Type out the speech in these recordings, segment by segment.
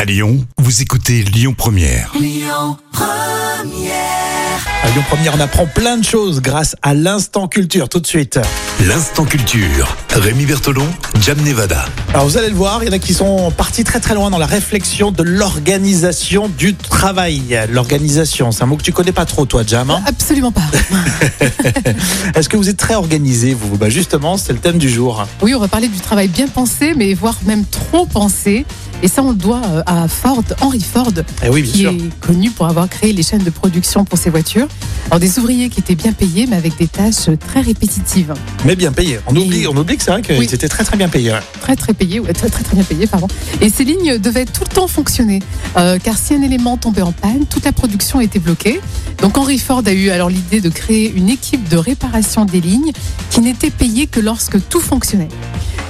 À Lyon, vous écoutez Lyon Première. À Lyon Première, on apprend plein de choses grâce à l'instant culture tout de suite. L'instant culture. Rémi Bertolon, Jam Nevada. Alors vous allez le voir, il y en a qui sont partis très très loin dans la réflexion de l'organisation du travail. L'organisation, c'est un mot que tu connais pas trop toi, Jam. hein Absolument pas. Est-ce que vous êtes très organisé vous Bah justement, c'est le thème du jour. Oui, on va parler du travail bien pensé, mais voire même trop pensé. Et ça, on le doit euh, à Ford, Henry Ford, Eh oui, bien qui sûr. est connu pour avoir créé les chaînes de production pour ses voitures. Alors, des ouvriers qui étaient bien payés, mais avec des tâches très répétitives. Mais bien payé. On oublie, on oublie que c'est vrai qu'ils Oui. étaient très très bien payés. ouais. Très, très payés, ouais, très, très, très bien payés, pardon. Et ces lignes devaient tout le temps fonctionner, euh, car si un élément tombait en panne, toute la production était bloquée. Donc, Henry Ford a eu alors l'idée de créer une équipe de réparation des lignes qui n'était payée que lorsque tout fonctionnait.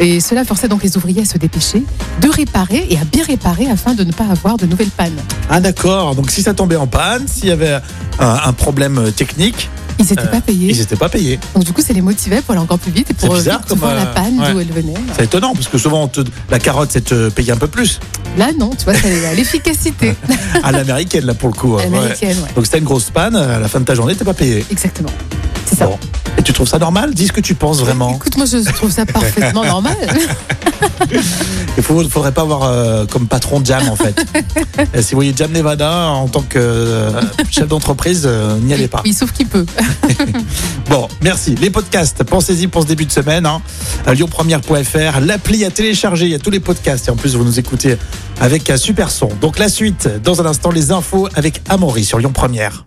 Et cela forçait donc les ouvriers à se dépêcher, de réparer et à bien réparer afin de ne pas avoir de nouvelles pannes. Ah d'accord, donc si ça tombait en panne, s'il y avait un, un problème euh, technique, Ils n'étaient Euh, pas payés. ils n'étaient pas payés. Donc du coup, ça les motivait pour aller encore plus vite et pour C'est bizarre vite comme, voir la euh, panne d'où ouais. elle venait. C'est étonnant parce que souvent on te- la carotte c'est te payer un peu plus Là, non, tu vois, c'est à l'efficacité à l'américaine là pour le coup. ouais. américaine. ouais. Donc c'était une grosse panne, à la fin de ta journée t'es pas payé. Exactement. C'est ça. Bon. Et tu trouves ça normal Dis ce que tu penses vraiment. Écoute, moi, je trouve ça parfaitement normal. Il faut, faudrait pas avoir euh, comme patron Jam en fait. Et si vous voyez Jam Nevada en tant que euh, chef d'entreprise, euh, n'y allez pas. Oui, sauf qu'il peut. Bon, merci. Les podcasts, pensez-y pour ce début de semaine. Hein, à lyonpremière.fr, l'appli à télécharger, il y a tous les podcasts. Et en plus, vous nous écoutez avec un super son. Donc la suite, dans un instant, les infos avec Amaury sur Lyon Première.